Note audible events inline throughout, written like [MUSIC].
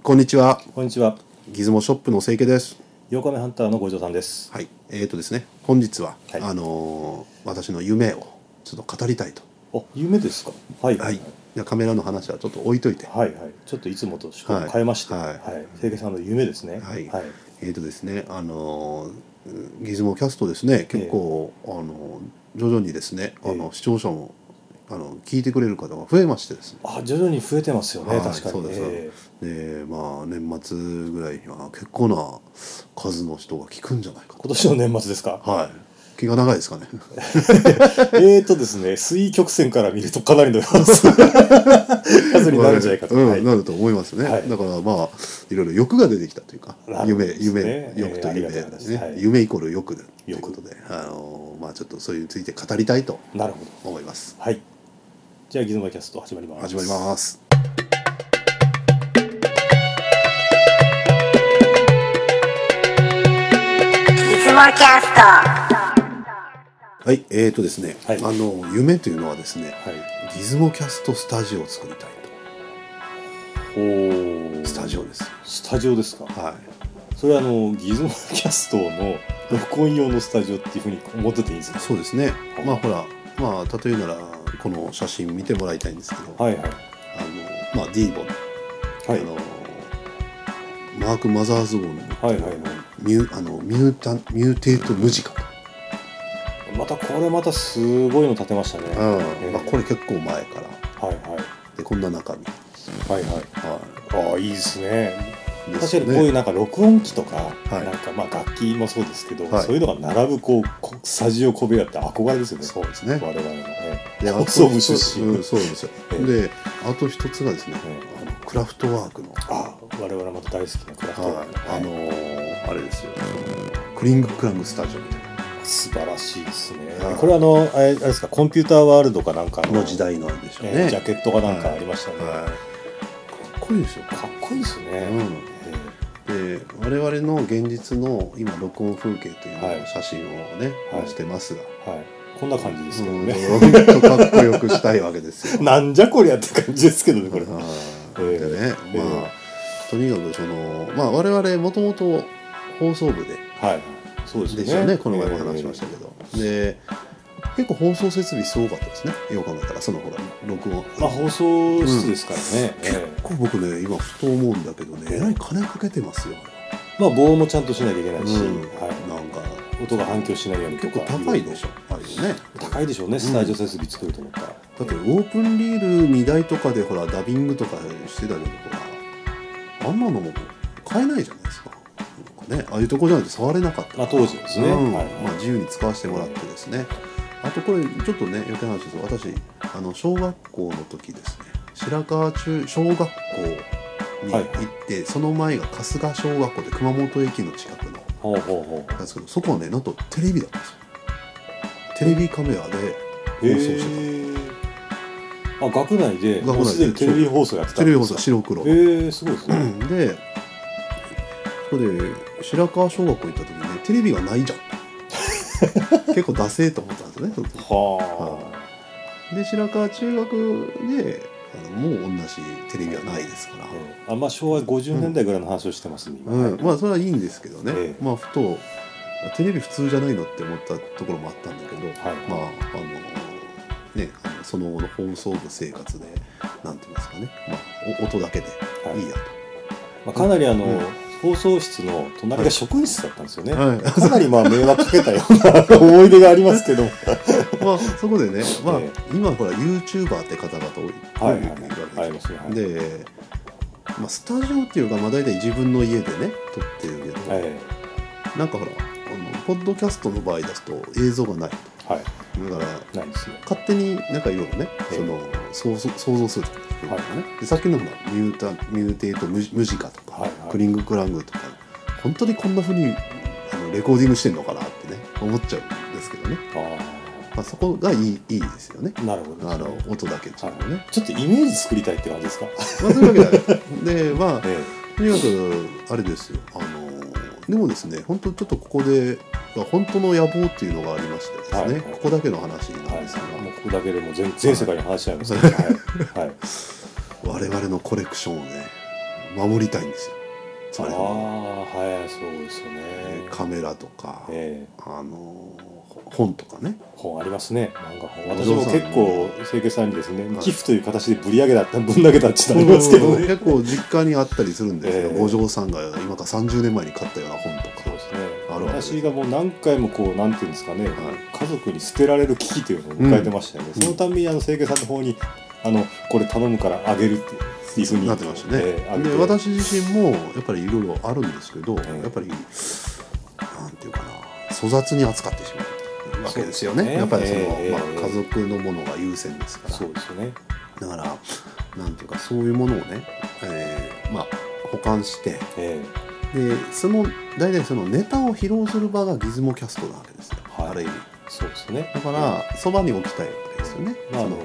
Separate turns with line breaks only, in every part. こんにちは。
こんにちは。
ギズモショップの清家です。
8日目ハンターの五条さんです。
はい。えっ、とですね、本日は、
はい
あのー私の夢をちょっと語りたいと。
あ、夢ですか。はい。
はい。じゃあカメラの話はちょっと置いといて。
はいはいちょっといつもと趣向を変えまして、
は
はいい。
は
はいい。清家さんの夢ですね。
はい。
はい。
えっ、とですね、あのーギズモキャストですね、結構、あのー徐々にですね、あの、
ええ
視聴者もあの聞いてくれる方が増えましてですね。
あ、徐々に増えてますよね。
はい
確かに。
そうですそう
え
ですでまあ年末ぐらいには結構な数の人が聞くんじゃないか
ー
と
今年の年末ですか。
はい気が長いですかね
[LAUGHS] えーとですね、水位曲線から見るとかなりの
[LAUGHS]
数になるんじゃないかと。
うん
はい
なると思いますね、
はい
だからまあいろいろ欲が出てきたというか、
なるほど
夢
です
夢
ね
欲と
えーあり
夢
がたい
で
話ですす
ね、
はい
夢イコール欲でという
欲
ことであのーまあちょっとそれについて語りたいと
なるほど。
思います
はい。じゃあギズモキャスト始まりま
始
す。
まります
いつもキャスト
はいえーとですね、
はい
あの夢というのはですね
はい。
ギズモキャストスタジオを作りたい
おー
とスタジオです
スタジオですか。
はい
それはあのギズモキャストの録音用のスタジオっていうふうに思ってていいんですか
そうですね。まあほら、まあ例えならこの写真見てもらいたいんですけど、
はいはい
あのまあディーボの、
はい
あのマークマザーズ号の、
はいはいはい
ミュあのミュータンミューテートムジカ、
またこれまたすごいの立てましたね
うんまあこれ結構前から
はいはい
でこんな中身、
はいはい
は
ああいいですね
い、で
確
す
かに
よ
こういうなんか録音機とか、
い
なんかまあ楽器もそうですけど、
はい
そういうのが並ぶこうこスタジオ小部屋って憧れですよね
そうですね
我々のね
で
放送部出身、
うんそうなんですよ。
ええ
であと一つがですね、
え
あのクラフトワークの、
ああ我々また大好きなクラフト、
はい、あのあれですよ、クリングクラングスタジオみたいな。
素晴らしいですね、
はい
これあのあれあれですかコンピューターワールドかなんか
の時代なんでしょうね。
えージャケットがなんかありましたね、
はい、かっこいいですよ。
かっこいいですね、
う
え
ん、で我々の現実の今録音風景という
はい
写真をね、
はい
してますが、
ーはい、こんな感じですけど
うん
ね、
ほんとかっこよくしたいわけですよ。
[LAUGHS] なんじゃこりゃって感じですけどねこれ、
はい
え
でね、
え
まあとにかくそのまあ我々もともと放送部で
はいそうですよ
で
ね
したよねこの前も話しましたけど、で結構放送設備すごかったですねよく考えたらそのほら録音
まあ放送室ですからね、え
結構僕ね今ふと思うんだけどねえらい金かけてますよ、
ーまあ防音もちゃんとしなきゃいけないし、
うん
は
なんか
い、音が反響しないようにと
結
か
構高いでしょあれね
高いでしょうねスタジオ設備作ると思ったら、
だってオープンリール2台とかでほらダビングとかしてたけどほらあんなのも買えないじゃないですかなんかねああいうとこじゃなくて触れなかったから
まあ当時はですね
うん
はい
まあ、自由に使わせてもらってですね、あとこれちょっとね余計な話ですけど私あの小学校の時ですね白川中小学校に行って、その前が春日小学校で熊本駅の近くの
ほうほうほう
なんですけどそこはねなんとテレビだったんですよテレビカメラで放
へ
送して
ーあ学内
学
で
内で
もうすでにテレビ放送やって
た
た
テ
ん
レ
で
ビ
す
放
か
送白黒
へ
で
えすごいですね
[CLEARS THROAT] そこで白川小学校行った時にねテレビがないじゃん [LAUGHS] 結構ダセえと思ったんですよねその時
はあ
で白川中学であのもう同じテレビはないですから、
あまあ昭和50年代ぐらいの話をしてますね、今
うんまあそれはいいんですけどね、
ええ
まあふとテレビ普通じゃないのって思ったところもあったんだけど、
はい
まああのねあのその後の放送部生活でなんて言いますかね、まあ、お音だけで
はい
いいや
まあ、かなりあの、
うん
放送室の隣が職員室だったんですよね、
と、はい [LAUGHS]
かなりまあ迷惑かけたような思い出がありますけ
[LAUGHS]
ども
まあそこでね、まあ
え
今ほら YouTuber って方々多い,、
はい
多
はいい
わけですよ
はいありますねはい
で、まあ、スタジオっていうか、まあ、大体自分の家でね撮ってるけど、
え
なんかほらあのポッドキャストの場合だと映像がない
えはい
だから
ないですね
勝手になんかいろいろね、
ええ
その想像想像するっていうかね、でさっきのほらミュータミューテートムジムジカとか、
はいはい
クリングクラングとか本当にこんなふうにあのレコーディングしてんのかなってね思っちゃうんですけどね、
あ
まあ、そこがいいいいですよね
あなるほど、
あの音だけっていうのね、
ちょっとイメージ作りたいって感じですか、
まあ、そういうわけだ
[LAUGHS]
よでまあ
え
とにかくあれですよあのでもですね本当ちょっとここで本当の野望っていうのがありましてですね、
はいはい
ここだけの話
え
な
は
んですが、
い、もうここだけでもう全全世界に話しちゃいますけど、はいはい
我々のコレクションをね守りたいんですよつ
ああ
まり
はいそうですよね
カメラとか、
ええ
あの本とかね
本ありますねなんか
お
本私
嬢
も
さん
結構清家さんにですね、
はい
寄付という形でぶり上げだったぶん投げたってなりますけどね、
結構実家にあったりするんですけど、
ええ
五条さんが今から30年前に買ったような本と
そう
か
ですね
あるわけです
私がもう何回もこうなんていうんですかね、家族に捨てられる危機というのを迎えてましたよね、
うん
そのためにあの清家さんの方にあのこれ頼むからあげるっていうふうに
なってましたね、
ええあげて
で私自身もやっぱりいろいろあるんですけど、
ええ
やっぱりなんていうかな粗雑に扱ってしまうわけですよね
そうですね
やっぱりその、
ええ
まあ
ええ
家族のものが優先ですから
そうですよね
だからなんていうかそういうものをね、えーまあ保管して
え
でその大体そのネタを披露する場がギズモキャストなわけですよ、
はい
ある意味
えそうですね
だからそばに置きたいわけですよね、
まああ
そ
の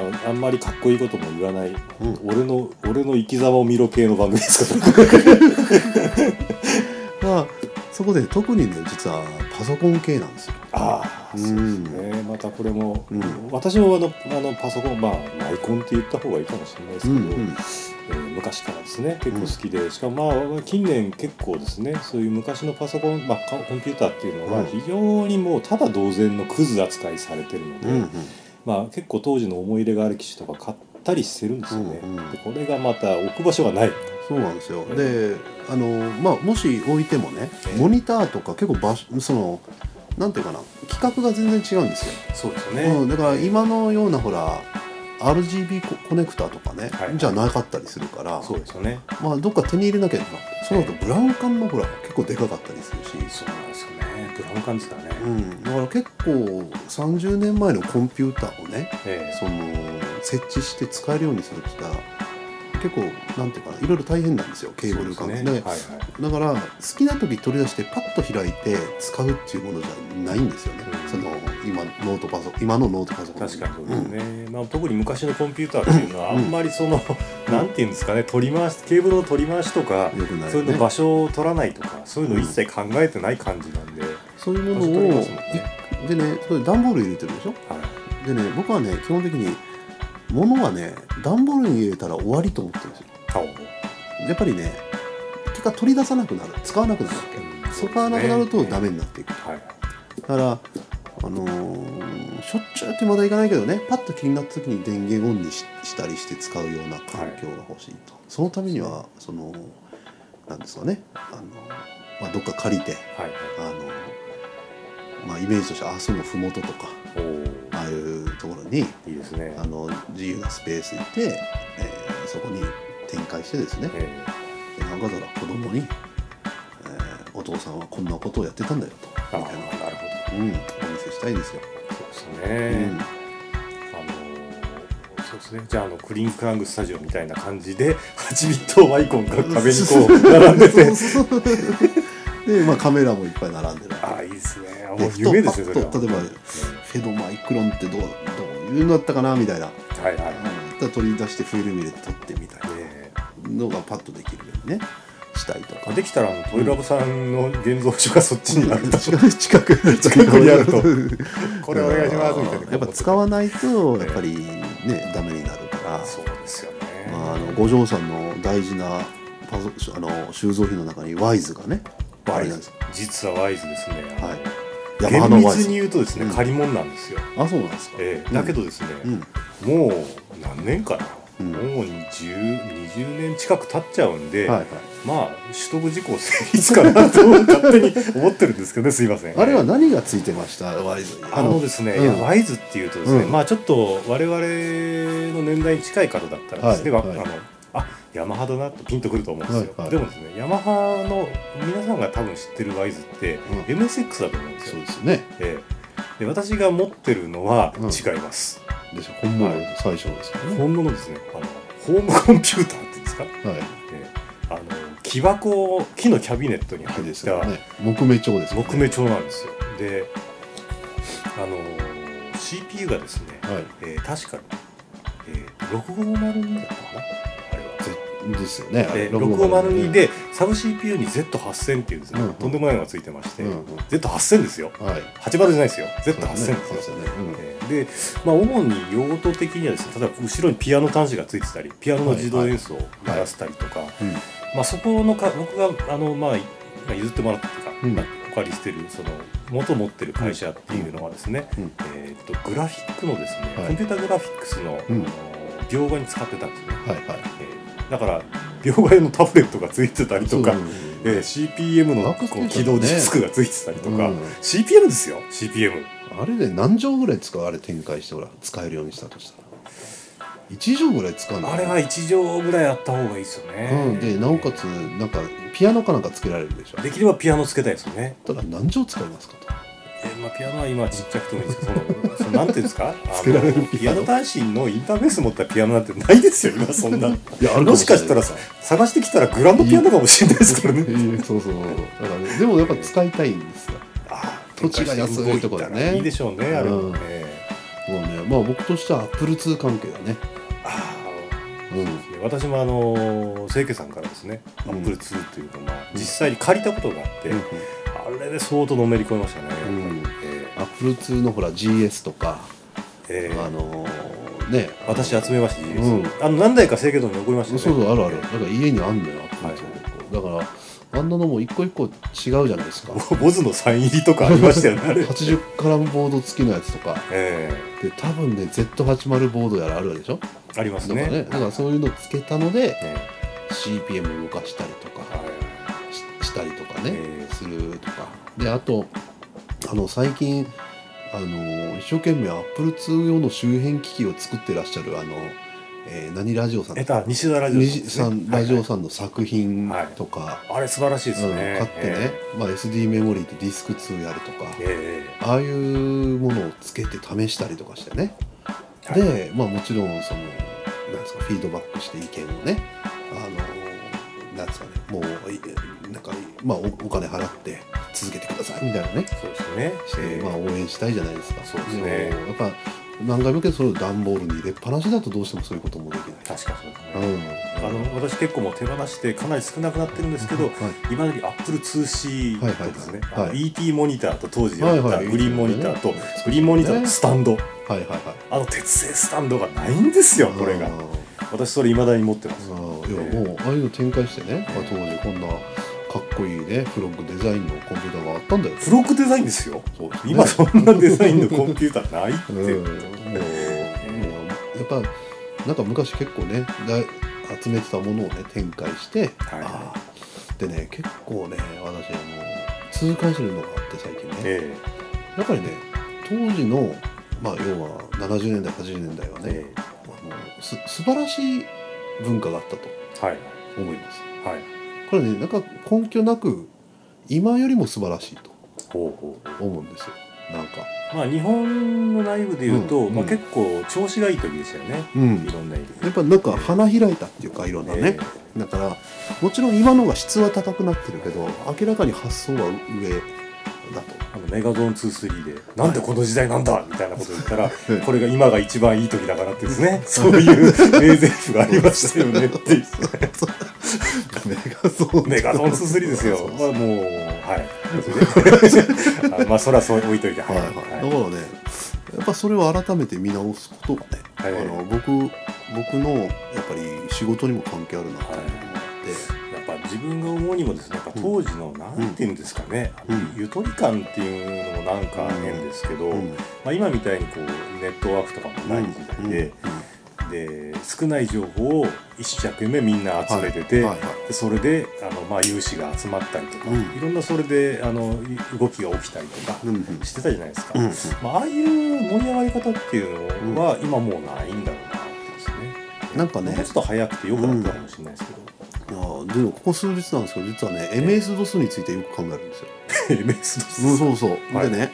の
まあ、あんまりかっこいいことも言わない、
うん
俺の俺の生き様を見ろ系の番組で
[LAUGHS]
すから
まあそこで特にね実はパソコン系なんですよ
ああそうですねまたこれも、
うん
私もあのあのパソコンまあマイコンって言った方がいいかもしれないですけ
う
ど、
んうん
えー昔からですね結構好きで、しかもまあ近年結構ですねそういう昔のパソコン、まあ、かコンピューターっていうの
う
は
ん
非常にもうただ同然のクズ扱いされてるので、
うんうん
まあ、結構当時の思い入れがある機種とか買ったりしてるんですよね、
うんうん
でこれがまた置く場所がない
そうなんですよ、
ええ
であの、まあ、もし置いてもね、
ええ
モニターとか結構場所そのなんていうかな規格が全然違うんですよ、
そうです
うん、だから今のようなほら RGB ココネクターとかね、
はい
じゃなかったりするから
そうですよね
まあ、どっか手に入れなきゃいけないその後ブラウン管のほら結構でかかったりするし、
うなんですよねブラウン管ですからね、
うん、だから結構30年前のコンピューターをね
え
その設置して使えるようにするって言ったら結構なんていうかないろいろ大変なんですよケーブル
そ
管
うです
で、
ねはいはい
だから好きな時取り出してパッと開いて使うっていうものじゃないんですよね、
うん
その今ノートパソ今のノートパソコン
確かにそうですね、まあ、特に昔のコンピューターっていうのはあんまりその、なんていうんですかね取り回しケーブルの取り回しとか、
よくない
そ
よ
ういうの
ね
場所を取らないとかそういうの一切考えてない感じなんで、
そういう
場所
も
取り
の
ま
を
すもんね、
でねそれ段ボール入れてるでしょ
はい、
でね僕はね基本的に物はね段ボールに入れたら終わりと思ってるんですよ
タオル
やっぱりね結果取り出さなくなる使わなくなるわけ使わなくなるとダ
メ、
メになっていく
はい、
だからあのーしょっちゅうってまだいかないけどねパッと気になった時に電源オンにししたりして使うような環境が欲しいと、そのためにはそのなんですかねあの、まあ、どっか借りて
はい
あの、まあ、イメージとして阿蘇の麓とか
おー
ああいうところに
いいですね
あの自由なスペースにいて、えーそこに展開してですね
え
でなんかたら子供に、えーお父さんはこんなことをやってたんだよと」
ー、あ
み
な
たい
る
な、
ほ
うん、お見せしたいですよ。
どそうですね、あのーそうですね、じゃああのクリーンクラングスタジオみたいな感じで8ビットワイコンが壁にこう並んでて
そうそうそう [LAUGHS] で、まあ、カメラもいっぱい並んでる
ああいいですね。も
で
う夢ですねそ
ふ
れ
と
は。
パッと例えばフェドマイクロンってどうどういうのだったかなみたいな、
うんはいはい。ね
うん取り出してフィルム入れて撮ってみたい
え
なのがパッとできるようにねしたいとか
まあできたらあのトイラボさんの現像所がそっちにあると。
近く近く
近くにあるとこ
こ
れお願いしますみたいな。
やっぱ使わないとやっぱりねダメになるから、
そうですよね。
まあ、あの五条さんの大事なパソあの収蔵品の中にワイズがねあ
ワ
れ
イ
なんで
ズ
す。
実はワイズですね。
はい
あの
ヤマハのワイ
厳密
ズ
に言うとですね、
うん
借り物なんですよ。
あそうなんですか、
ええだけどですね、
うん
もう何年かな。
うん
もう10 20年近く経っちゃうんで、
はいはい、
まあ取得事項成立かなと勝手に思ってるんですけどねすいません
あれは何がついてましたワイズに
あのですね、
うん
いやワイズっていうとですね、
うん
まあちょっと我々の年代に近い方だったらですね、
はい
わ
はい
あのあヤマハだなとピンとくると思うんですよ、
はいはい
でもですねヤマハの皆さんが多分知ってるワイズって、
う
MSX だと思うんです
そう
よ
ですね
ええで私が持ってるのは
うん
違います、
でしょ本物最初ですからね、
本物ですねあのホームコンピューターっていうんですか、え
はい
えあの木箱木のキャビネットに
はい
入
で
っ
す
た
よね木目調ですよね
木目調なんですよであのー CPU がですね、
はい
えー確かに、えー、6502だったかなあれは
ぜですよねあれ
で650でサブ CPU に Z8000 っていうですね、
うんうん
とんでもないのがついてまして、
うんうん
Z8000 ですよ
はい
8番じゃないですよ Z8000 です
そう
よ
ねそうね
えーで、まあ、主に用途的にはですね例えば後ろにピアノ端子がついてたりピアノの自動演奏をやらせたりとか、
うん
まあ、そこのか僕があの、まあ、いまあ譲ってもらったとか、
うん
まあお借りしてるその元持ってる会社っていうのはですね、
うん
えーっとグラフィックのですね、
はい
コンピュータグラフィックスの、
うん
あの描画に使ってたんですね、
はいはい
えーだから描画用のタブレットがついてたりとか
そう、そう
えー CPM の
楽
こ
ですよね
う起動ディスクがついてたりとか、
うん
CPM ですよ CPM
そうあれで何畳ぐらい使うあれ展開してほら使えるようにしたとしたら1畳ぐらい使うの
あれは1畳ぐらいあった方がいいですよね、
うん、でなおかつなんかピアノかなんかつけられるでしょ
できればピアノつけたいですよね
たら何畳使いますかと
えーまあ、ピアノは今ちっちゃくてもいいですけどそのそのなんていうんですか
つけられる
あの
ピ
ピ
ア
ア
ノ
ノ端子のインターフェース持ったピアノなんてないですよ今そんな
いやある
もしかしたら
さ
探してきたらグランドピアノかもしれないですからね
そうそうだから、ね、でもやっぱ使いたいんですよ
あー
土地が安いとこだね
展開して動たらいいでしょうねあれ、
うん
え
もうねまあ僕としてはアップル2関係だね
ーあ
うん
ーで私もあの清家さんからですね、
うん
Apple II っていうのは実際に借りたことがあって、あれで相当のめり込みましたね、
うん
え
アップル2のほら GS とか、
ーえー
あのーね
私集めました、
うん
あの何台か清家堂に送りました
そう
ね
そうあるあるだから家にあんのよアップル2、だからあんなのも一個一個違うじゃないですか
ボズのサイン入りとかありましたよね、
[LAUGHS]
あれ。
80カラムボード付きのやつとか
え
で多分ね Z80 ボードやらあるわけでしょ
えあります
とか
ね。
ねだからそういうのつけたので
え
CPM 動かしたりと
えは
か
い
ししたりとかね、
ええ
するとかであとあの最近あの一生懸命 Apple2 用の周辺機器を作ってらっしゃるあの、えー何ラジオさん
えっと、西田ラジオ
西さんラジオ
さ
さんの作品とか、
ん。あれ素晴らしいです
うん
ね。
買ってね、
え
まあ、SD メモリーでディスク2やるとか、
ええ
ああいうものをつけて試したりとかしてね、
えはい
で、まあ、もちろんそのなんですかフィードバックして意見をねあのなんですかねもういなんか、まあ、おお金払って続けてくださいみたいなね
そうですね。
して、
ええ
まあ、応援したいじゃないですか
そうですね
もやっぱ何回も言うけどそれを段ボールに入れっぱなしだとどうしてもそういうこともできない。
確かそうです
う
ね。
ん、
あの私結構もう手放してかなり少なくなってるんですけど、
はい
いまだに Apple2C
はいはいはい
とですね、
はい
BT モニターと当時や
は
っ
いは
た
い
グリーンモニターと、
ね
グリーンモニターのスタンド、
はいはいはい
あの鉄製スタンドがないんですよ、これが
うん。
私それ未だに持ってます。
うんいやもうああいうの展開してね、まあ、当時こんなかっこいいねフロッグデザインのコンピューターがあったんだよ
フロックデザインですよ。
そうですね
今そんなデザインのコンピューターないって、
うん、もうもうやっぱなんか昔結構ねだい集めてたものをね展開して、
はい
あーでね結構ね私あの痛感してるのがあって最近ね、
え
やっぱりね当時のまあ要は70年代80年代は
え
ね、あのす素晴らしい文化だったと
はい
思います
はい
これねなんか根拠なく今よりも素晴らしいと
ほうほう
思うんですよなんか
まあ日本の内部でいうと、
うん
ま
う
あ、
ん
結構調子がいい時でしたよね、
うん
いろんな意味で
やっぱなんか花開いたっていうかいろんなね、
え
だからもちろん今のが質は高くなってるけど明らかに発想は上だと
えあのメガゾーン23で「なんでこの時代なんだ!」みたいなこと言ったら「これが今が一番いい時だから」ってですねそういう名台詞がありましたよねっていう
メガゾーン
[LAUGHS] メガゾーン23ですよ
そう
ま
そう
あ、もうはい [LAUGHS] あまあそれはそう置いといて
はいはい、
はい
だからねやっぱそれを改めて見直すことがね、
はい
あの僕僕のやっぱり仕事にも関係あるなって思って、
やっぱ自分が思うにもですねやっぱ当時のなんていうんですかね、
うん
ゆとり感っていうのもなんか変ですけど、
うん
まあ、今みたいにこうネットワークとかもない時代で,、で少ない情報を一生懸命みんな集めて
は
て、
いはいはい
でそれであの、まあ、有志が集まったりとか、
うん
いろんなそれであのい動きが起きたりとか
うんうん
してたじゃないですか、
うんうん
まあ、ああいう盛り上がり方っていうのは今もうないんだろうなってですね。
なんかね
もうちょっと早くてよくなったかもしれないですけど、
いやーでもここ数日なんですけど実はね MS-DOS についてよく考えるんですよ、
[LAUGHS] MS
うん、
ド
そうそう、
はい
でね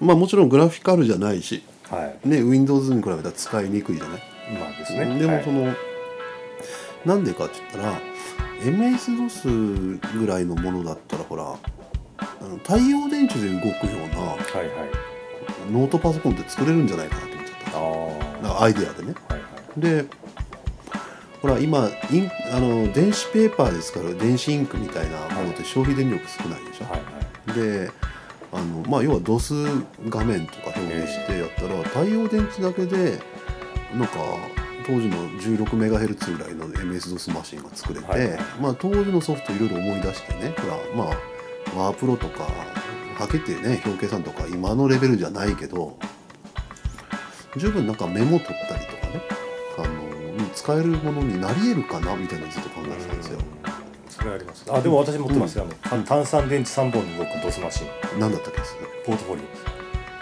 まあもちろんグラフィカルじゃないし
ス。はい。
ね Windows に比べたら使いにくいじゃない
まあですね。
で
は
も
い
その、なんでかって言ったら MS-DOS ぐらいのものだったらほらあの太陽電池で動くような
はいはい。
ノートパソコンって作れるんじゃないかなと思っちゃっ
ああ。
たなんかアイデアでね
はいはい。
でほら今インあの電子ペーパーですから電子インクみたいなものって消費電力少ないでしょ、
はいはい
であの、まあ、要は DOS 画面とか表現してやったら太陽電池だけでなんか当時の 16MHz ぐらいの MS-DOS マシンが作れて、
はいはい
まあ、当時のソフトいろいろ思い出してねほらまあワープロとかはけてね表計算とか今のレベルじゃないけど十分なんかメモ取ったりとかねあの使えるものになり得るかなみたいなのずっと考えてたんですよ。
それありますあでも私持ってますよ、あの炭酸電池3本に動くドスマシン
なんだったっけそれ
ポートフォリ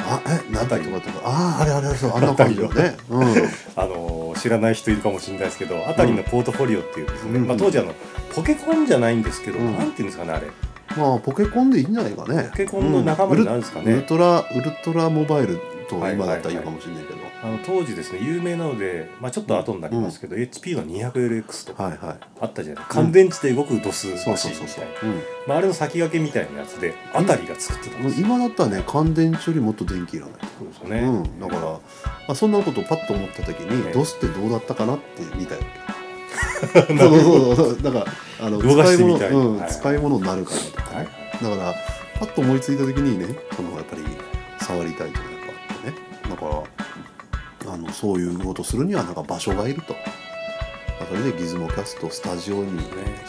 あえ何だっけとかあああれあれあれそうあんな感じよ
[LAUGHS]
ね。うん
オあのー知らない人いるかもしれないですけどあたりのポートフォリオっていうですね、
うん
まあ、当時あのポケコンじゃないんですけど、
うん
なんていうんですかねあれ
まあポケコンでいいんじゃないかね
ポケコンの仲間になるんですかね
ウルトラウルトラモバイルと
はい
今だったら言うかもしれないけどは
あの当時ですね有名なので、まあ、ちょっと後になりますけど、HP の 200LX と
い
か
は
あったじゃない乾電池で動くドス
い
マシンみたいな、
う、
まあ、あれの先駆けみたいなやつであたりが作ってたん
うん、も
で
う
すよ、
今だったらね乾電池よりもっと電気いらない、
そうですよね、
うん、だから、まあ、そんなことをパッと思った時に、
ええ
ドスってどうだったかなって見たい
[LAUGHS]
そうそうそうそうだからあの
動かしてみたい
使い物、うん
はい
使い物になるかなとかね、
はい
だからパッと思いついた時にねそのやっぱり触りたいというのがやっぱあってねだからあのそういうことするにはなんか場所がいるとそれでギズモキャストをスタジオにし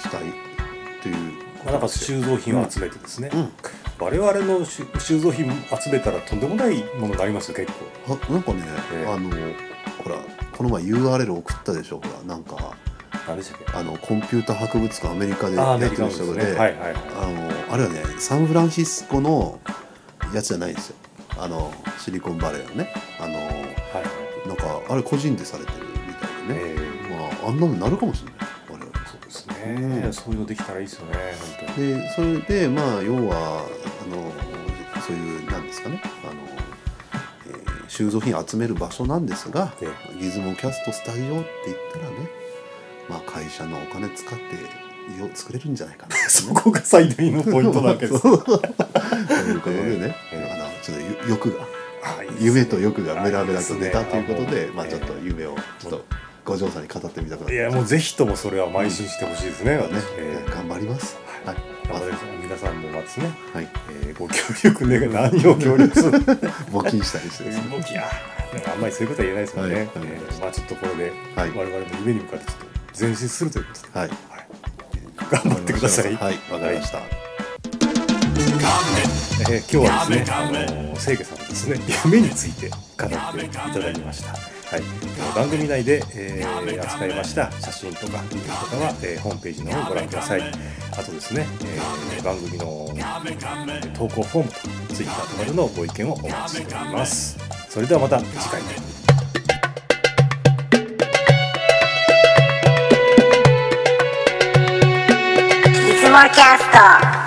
たいという
まあ、なんか収蔵品を集めてですね、
うん
我々の収収蔵品集めたらとんでもないものになりますよ結構
あなんかね、
ええ
あのほらこの前 URL 送ったでしょほらなんか
何でしたっけ
あのコンピュータ博物館アメリカで
あ
や
ア
っ
メ
て
リカ
る
ので
人
す
で
ねはいはいはい
あのあれはねサンフランシスコのやつじゃないんですよあのシリコンバレーのねあの
はい
なんかあれ個人でされてるみたいでね、
ええ
まあ、あんなのになるかもしれない我々
そうですね、
うん
そういうのできたらいいですよね
[LAUGHS]
本当に
でそれでまあ要はあのそういうなんですかねあの、えー収蔵品集める場所なんですが
え
「ギズモキャストスタジオ」って言ったらね、まあ、会社のお金使ってよ作れるんじゃないかな
[LAUGHS] そこが最大のポイントなわけで
[LAUGHS]
す
そうということでね、
ええ
あのちょっとゆ欲が
あいいですね
夢と欲がメラメラと出たということで
あいいですね
まあ、ちょっと夢をちょっとご嬢さんに語ってみたくなっ
い
た
やもうぜひともそれは邁進してほしいです
ね
ね、私、ええ
頑張ります。はい。
頑張ります皆さんもまずね、
はい。
ええご協
[LAUGHS]
力願、い何を協力する
募金したりしてです
[LAUGHS]
ね。
動きやあんまりそういうことは言えないですからね、
はい
えーまあちょっとこれで
は
我
い
々の夢に向かってちょっと前進するということで、
はい。
はい頑張ってください、
はい。わかりました。
えー今日はですねあの清家さんのですね夢について語っていただきました、はい、えー番組内で、えー扱いました写真とかビデオとかは、えーホームページの方をご覧くださいあとですね、えー番組のえー投稿フォームとツイッターとかでのご意見をお待ちしておりますそれではまた次回
いつもキャスト